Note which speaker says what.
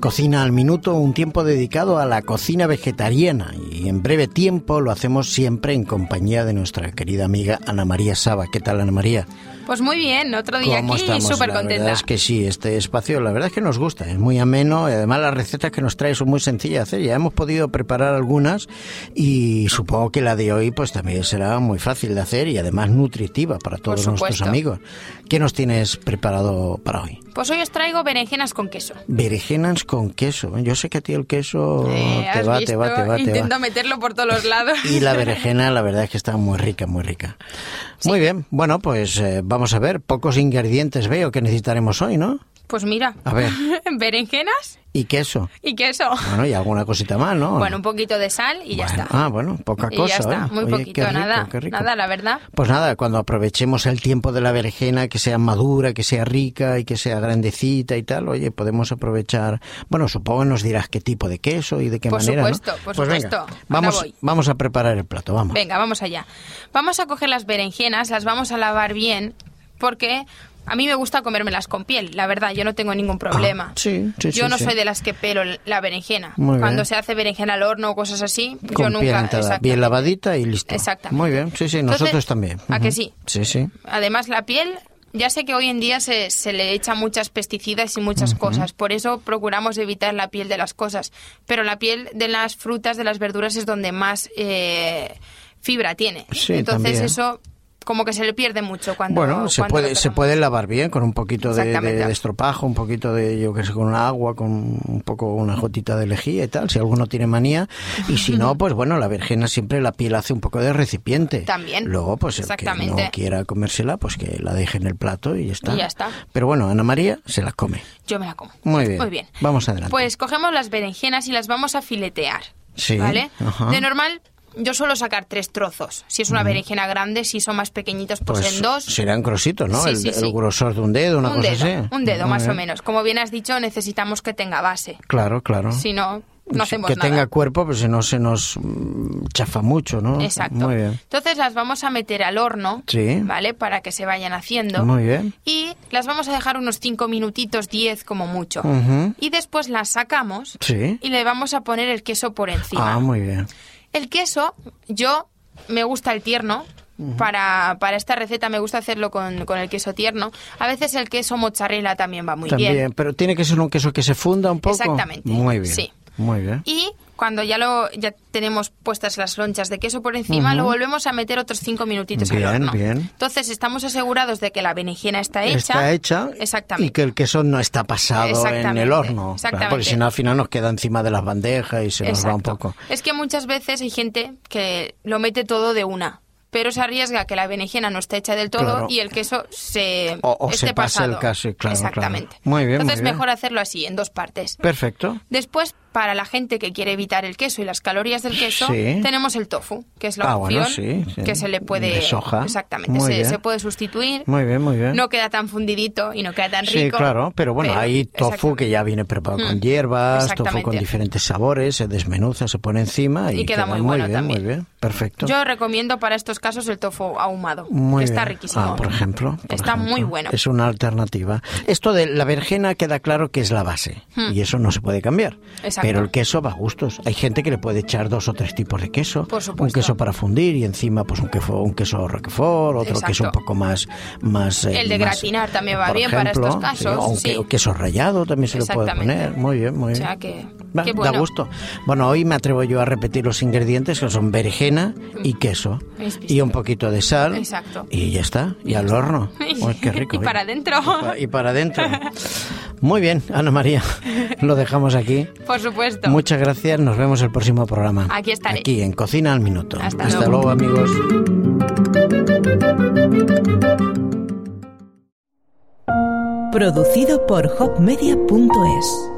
Speaker 1: Cocina al Minuto, un tiempo dedicado a la cocina vegetariana y en breve tiempo lo hacemos siempre en compañía de nuestra querida amiga Ana María Saba. ¿Qué tal Ana María?
Speaker 2: Pues muy bien, otro día aquí y súper
Speaker 1: la verdad
Speaker 2: contenta.
Speaker 1: es que sí, este espacio la verdad es que nos gusta, es muy ameno y además las recetas que nos trae son muy sencillas de hacer, ya hemos podido preparar algunas y supongo que la de hoy pues también será muy fácil de hacer y además nutritiva para todos nuestros
Speaker 2: supuesto.
Speaker 1: amigos. ¿Qué nos tienes preparado para hoy?
Speaker 2: Pues hoy os traigo berenjenas con queso.
Speaker 1: Berenjenas con queso. Yo sé que a ti el queso
Speaker 2: Eh,
Speaker 1: Oh, te,
Speaker 2: ¿has
Speaker 1: va, te
Speaker 2: visto?
Speaker 1: va, te va, te va,
Speaker 2: Intento meterlo por todos los lados.
Speaker 1: Y la berenjena, la verdad es que está muy rica, muy rica. Muy bien, bueno, pues eh, vamos a ver, pocos ingredientes veo que necesitaremos hoy, ¿no?
Speaker 2: Pues mira,
Speaker 1: A ver.
Speaker 2: berenjenas
Speaker 1: Y queso.
Speaker 2: y queso.
Speaker 1: Bueno, y alguna cosita más, ¿no?
Speaker 2: Bueno, un poquito de sal y ya
Speaker 1: Bueno,
Speaker 2: está.
Speaker 1: Ah, bueno, poca
Speaker 2: Y
Speaker 1: cosa.
Speaker 2: ya está,
Speaker 1: ¿eh?
Speaker 2: muy
Speaker 1: Oye,
Speaker 2: poquito,
Speaker 1: qué rico,
Speaker 2: nada,
Speaker 1: qué rico.
Speaker 2: nada, la verdad.
Speaker 1: Pues nada, cuando aprovechemos el tiempo de la berenjena, que sea madura, que sea rica y que sea grandecita y tal, oye, podemos aprovechar. Bueno, supongo que nos dirás qué tipo de queso y de qué
Speaker 2: Por
Speaker 1: manera. ¿no?
Speaker 2: supuesto, por
Speaker 1: Pues venga,
Speaker 2: supuesto. Ahora
Speaker 1: vamos,
Speaker 2: voy.
Speaker 1: vamos a preparar el plato, vamos.
Speaker 2: Venga, vamos allá. Vamos a coger las berenjenas, las vamos a lavar bien, porque a mí me gusta comérmelas con piel, la verdad, yo no tengo ningún problema.
Speaker 1: Ah, sí, sí,
Speaker 2: yo
Speaker 1: sí,
Speaker 2: no
Speaker 1: sí.
Speaker 2: soy de las que pelo la berenjena.
Speaker 1: Muy
Speaker 2: Cuando
Speaker 1: bien.
Speaker 2: se hace berenjena al horno o cosas así, yo
Speaker 1: Con
Speaker 2: nunca.
Speaker 1: piel entrada,
Speaker 2: exactamente.
Speaker 1: bien lavadita y listo.
Speaker 2: Exactamente.
Speaker 1: Muy bien, sí, sí, nosotros
Speaker 2: Entonces,
Speaker 1: también.
Speaker 2: ¿a que
Speaker 1: Ujú.
Speaker 2: sí?
Speaker 1: Sí, sí.
Speaker 2: Además, la piel, ya sé que hoy en día se, se le echa muchas pesticidas y muchas cosas, por eso procuramos evitar la piel de las cosas. Pero la piel de las frutas, de las verduras, es donde más eh, fibra tiene.
Speaker 1: Sí,
Speaker 2: Entonces,
Speaker 1: también.
Speaker 2: eso como que se le pierde mucho cuando.
Speaker 1: bueno, se
Speaker 2: cuando
Speaker 1: puede,
Speaker 2: lo
Speaker 1: se
Speaker 2: tocamos.
Speaker 1: puede lavar bien con un poquito de, de,
Speaker 2: Exactamente.
Speaker 1: de estropajo, un poquito de, yo qué sé, con agua, con un poco, una gotita de lejía y tal, si alguno tiene manía. Y si no, pues bueno, la vergena siempre la piel hace un poco de recipiente.
Speaker 2: También.
Speaker 1: Luego, pues el que no
Speaker 2: Exactamente.
Speaker 1: quiera comérsela, pues que la deje en el plato y ya está.
Speaker 2: Y ya está.
Speaker 1: Pero bueno, Ana María se la come.
Speaker 2: Yo me la como.
Speaker 1: Muy bien.
Speaker 2: Muy bien.
Speaker 1: Vamos adelante.
Speaker 2: Pues cogemos las berenjenas y las vamos a filetear.
Speaker 1: Sí,
Speaker 2: ¿Vale?
Speaker 1: ajá.
Speaker 2: De normal, yo suelo sacar tres trozos. Si es una berenjena grande, si son más pequeñitos, pues, en dos.
Speaker 1: serán grositos, ¿no?
Speaker 2: Sí,
Speaker 1: el,
Speaker 2: sí, sí.
Speaker 1: el grosor de un dedo, una
Speaker 2: un
Speaker 1: cosa
Speaker 2: dedo,
Speaker 1: así.
Speaker 2: un dedo
Speaker 1: Muy
Speaker 2: más o
Speaker 1: bien.
Speaker 2: menos. Como bien has dicho, necesitamos que tenga base.
Speaker 1: Claro, claro.
Speaker 2: Si no, no hacemos
Speaker 1: Ah. Pues, que
Speaker 2: nada.
Speaker 1: tenga cuerpo, pues si no se nos mm, chafa mucho, ¿no?
Speaker 2: Exacto.
Speaker 1: Muy bien.
Speaker 2: Entonces las vamos a meter al horno,
Speaker 1: Sí.
Speaker 2: ¿vale? Para que se vayan haciendo.
Speaker 1: Muy bien.
Speaker 2: Y las vamos a dejar unos 5 minutitos, 10 como mucho.
Speaker 1: Ujú.
Speaker 2: Y después las sacamos
Speaker 1: Sí.
Speaker 2: y le vamos a poner el queso por encima.
Speaker 1: Ah, muy bien.
Speaker 2: El queso, yo me gusta el tierno. Para, para esta receta me gusta hacerlo con, con el queso tierno. A veces el queso mozzarella también va muy
Speaker 1: También,
Speaker 2: bien.
Speaker 1: pero tiene que ser un queso que se funda un poco.
Speaker 2: Exactamente,
Speaker 1: Muy bien.
Speaker 2: sí.
Speaker 1: Muy bien.
Speaker 2: Y cuando ya lo ya tenemos puestas las lonchas de queso por encima, lo volvemos a meter otros cinco minutitos
Speaker 1: Bien,
Speaker 2: al horno.
Speaker 1: bien.
Speaker 2: Entonces estamos asegurados de que la berenjena está hecha.
Speaker 1: Está hecha
Speaker 2: Exactamente.
Speaker 1: y que el queso no está pasado en el
Speaker 2: Exactamente,
Speaker 1: horno.
Speaker 2: exactamente.
Speaker 1: porque si no, al final nos queda encima de las bandejas y se nos va un
Speaker 2: Exacto.
Speaker 1: poco.
Speaker 2: Es que muchas veces hay gente que lo mete todo de una, pero se arriesga que la berenjena no esté hecha del todo
Speaker 1: Claro.
Speaker 2: y el queso se
Speaker 1: O- o
Speaker 2: esté
Speaker 1: se pasa el
Speaker 2: pasado.
Speaker 1: caso, claro, claro.
Speaker 2: Exactamente.
Speaker 1: Muy bien, muy
Speaker 2: Entonces
Speaker 1: bien.
Speaker 2: mejor hacerlo así, en dos partes.
Speaker 1: Perfecto.
Speaker 2: Después, para la gente que quiere evitar el queso y las calorías del queso,
Speaker 1: Sí.
Speaker 2: tenemos el tofu, que es la
Speaker 1: Ah,
Speaker 2: opción
Speaker 1: bueno, sí, sí.
Speaker 2: que se le puede...
Speaker 1: De soja.
Speaker 2: Exactamente,
Speaker 1: Muy
Speaker 2: se,
Speaker 1: bien.
Speaker 2: se puede sustituir.
Speaker 1: Muy bien, muy bien.
Speaker 2: No queda tan fundidito y no queda tan
Speaker 1: Sí,
Speaker 2: rico.
Speaker 1: claro, pero bueno, hay tofu que ya viene preparado con
Speaker 2: Mm,
Speaker 1: hierbas, tofu con
Speaker 2: exactamente.
Speaker 1: diferentes sabores, se desmenuza, se pone encima y,
Speaker 2: Y queda muy bueno
Speaker 1: bien,
Speaker 2: también.
Speaker 1: muy bien, perfecto.
Speaker 2: Yo recomiendo para estos casos el tofu ahumado,
Speaker 1: Muy
Speaker 2: que está
Speaker 1: bien.
Speaker 2: riquísimo.
Speaker 1: Ah, por ejemplo. por
Speaker 2: está
Speaker 1: ejemplo.
Speaker 2: muy bueno.
Speaker 1: Es una alternativa. Esto de la vergena queda claro que es la base y eso no se puede cambiar.
Speaker 2: Hmm. Exacto.
Speaker 1: Pero el queso va a gustos. Hay gente que le puede echar dos o tres tipos de queso.
Speaker 2: Por
Speaker 1: un
Speaker 2: supuesto.
Speaker 1: queso para fundir y encima pues un queso, un queso roquefort, otro
Speaker 2: Exacto.
Speaker 1: queso un poco más... más eh,
Speaker 2: El de
Speaker 1: más-
Speaker 2: gratinar también va
Speaker 1: por
Speaker 2: bien para
Speaker 1: ejemplo,
Speaker 2: estos casos,
Speaker 1: o un
Speaker 2: sí.
Speaker 1: que- o queso rallado también se le puede
Speaker 2: Exactamente.
Speaker 1: poner. Muy bien, muy
Speaker 2: O
Speaker 1: bien.
Speaker 2: sea que-
Speaker 1: Va,
Speaker 2: que
Speaker 1: Da
Speaker 2: bueno.
Speaker 1: gusto. Bueno, hoy me atrevo yo a repetir los ingredientes que son berenjena
Speaker 2: Hmm.
Speaker 1: y queso.
Speaker 2: ¿Has
Speaker 1: Y
Speaker 2: visto?
Speaker 1: un poquito de sal.
Speaker 2: Exacto.
Speaker 1: Y ya está, y al horno. Uy, qué rico.
Speaker 2: Y para adentro.
Speaker 1: Y pa- Y para adentro. Muy bien, Ana María, lo dejamos aquí.
Speaker 2: Por supuesto.
Speaker 1: Muchas gracias, nos vemos el próximo programa.
Speaker 2: Aquí estaré.
Speaker 1: Aquí, en Cocina al Minuto.
Speaker 2: Hasta
Speaker 1: luego,
Speaker 2: luego.
Speaker 1: amigos.
Speaker 3: Producido por hopmedia.es